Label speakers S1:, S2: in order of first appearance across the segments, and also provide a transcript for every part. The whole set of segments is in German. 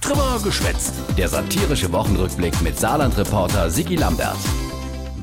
S1: Trimmer geschwätzt. Der satirische Wochenrückblick mit Saarland-Reporter Sigi Lambert.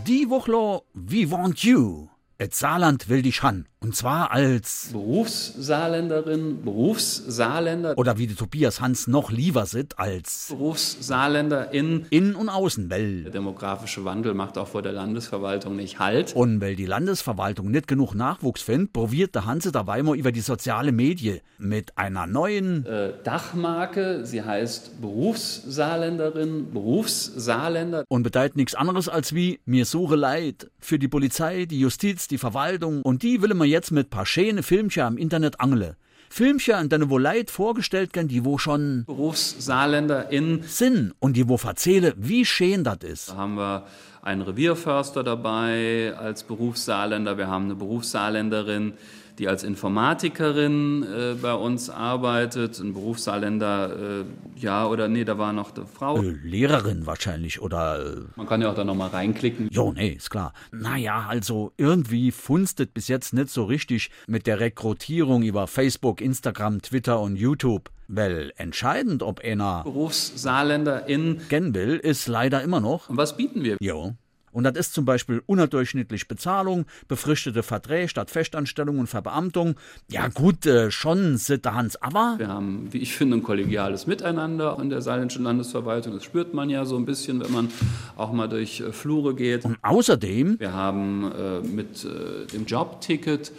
S2: Die Wuchlo, we want you. Et Saarland will dich han. Und zwar als,
S3: Berufssaarländerin, Berufssaarländer,
S2: oder wie die Tobias Hans noch lieber sit, als
S3: Berufssaarländerin.
S2: Innen- und Außenwelt.
S3: Der E. demografische Wandel macht auch vor der Landesverwaltung nicht Halt.
S2: Und weil die Landesverwaltung nicht genug Nachwuchs findet, probiert der Hanse dabei mal über die soziale Medien mit einer neuen
S3: Äh, Dachmarke, sie heißt Berufssaarländerin, Berufssaarländer.
S2: und bedeutet nichts anderes als wie mir suche Leid für die Polizei, die Justiz, die Verwaltung und die will man jetzt mit paar schöne Filmchen am Internet angle. Filmchen, in denen wo Leid vorgestellt werden, die wo schon
S3: Berufssaarländerin.
S2: sind und die wo verzähle, wie schön das ist.
S3: Da haben wir einen Revierförster dabei als Berufssaarländer. Wir haben eine Berufssaarländerin, die als Informatikerin äh, bei uns arbeitet. Ein Berufssaarländer, äh, ja oder nee, da war noch eine Frau.
S2: Äh, Lehrerin wahrscheinlich oder äh,
S3: Man kann ja auch da nochmal reinklicken.
S2: Jo, nee, ist klar. Naja, also irgendwie funstet bis jetzt nicht so richtig mit der Rekrutierung über Facebook, Instagram, Twitter und YouTube. Weil entscheidend, ob einer
S3: Berufssaarländerin.
S2: kennen will, ist leider immer noch.
S3: Und was bieten wir?
S2: Jo. Und das ist zum Beispiel unterdurchschnittliche Bezahlung, befristete Verträge statt Festanstellung und Verbeamtung. Ja gut, äh, schon sitte Hans, aber
S3: Wir haben, wie ich finde, ein kollegiales Miteinander in der saarländischen Landesverwaltung. Das spürt man ja so ein bisschen, wenn man auch mal durch äh, Flure geht.
S2: ähm, außerdem
S3: Wir haben äh, mit äh, dem Jobticket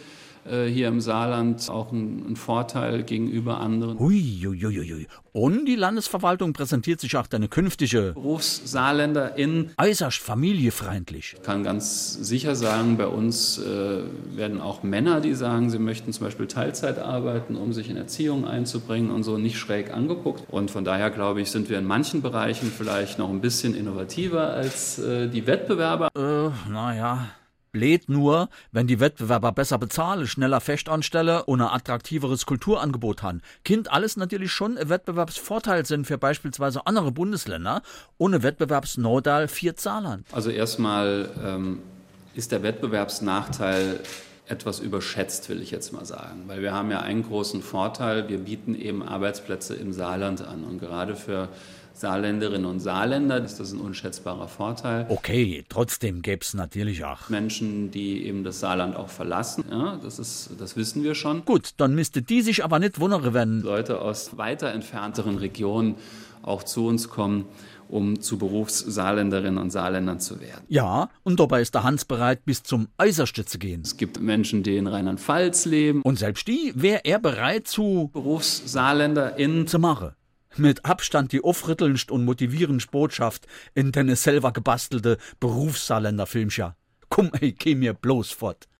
S3: äh, hier im Saarland auch einen, einen Vorteil gegenüber anderen.
S2: Huiuiuiui. Und die Landesverwaltung präsentiert sich auch deine künftige
S3: Berufssaarländerin
S2: äußerst familiefreundlich.
S3: kann ganz sicher sagen, bei uns äh, werden auch Männer, die sagen, sie möchten zum Beispiel Teilzeit arbeiten, um sich in Erziehung einzubringen und so, nicht schräg angeguckt. Und von daher, glaube ich, sind wir in manchen Bereichen vielleicht noch ein bisschen innovativer als äh, die Wettbewerber.
S2: Äh, naja. Bläht nur, wenn die Wettbewerber besser bezahlen, schneller fest anstelle und ein attraktiveres Kulturangebot haben. Kind alles natürlich schon ein Wettbewerbsvorteil sind für beispielsweise andere Bundesländer, ohne Wettbewerbsnordal viert Saarland.
S3: Also erstmal ähm, ist der Wettbewerbsnachteil etwas überschätzt, will ich jetzt mal sagen. Weil wir haben ja einen großen Vorteil, wir bieten eben Arbeitsplätze im Saarland an. Und gerade für Saarländerinnen und Saarländer ist das ein unschätzbarer Vorteil.
S2: Okay, trotzdem gäb's natürlich auch.
S3: Menschen, die eben das Saarland auch verlassen. Ja, das, ist, das wissen wir schon.
S2: Gut, dann müsste die sich aber nicht wundern, wenn.
S3: Leute aus weiter entfernteren Regionen auch zu uns kommen, um zu Berufssaarländerinnen und Saarländern zu werden.
S2: Ja, und dabei ist der Hans bereit, bis zum Äußerste zu gehen.
S3: Es gibt Menschen, die in Rheinland-Pfalz leben,
S2: Und selbst die wäre er bereit zu
S3: BerufssaarländerInnen.
S2: zu machen. Mit Abstand die aufrüttelndst und motivierendst Botschaft in deine selber gebastelte Berufssaarländer Filmscher. Komm, ey, geh mir bloß fort.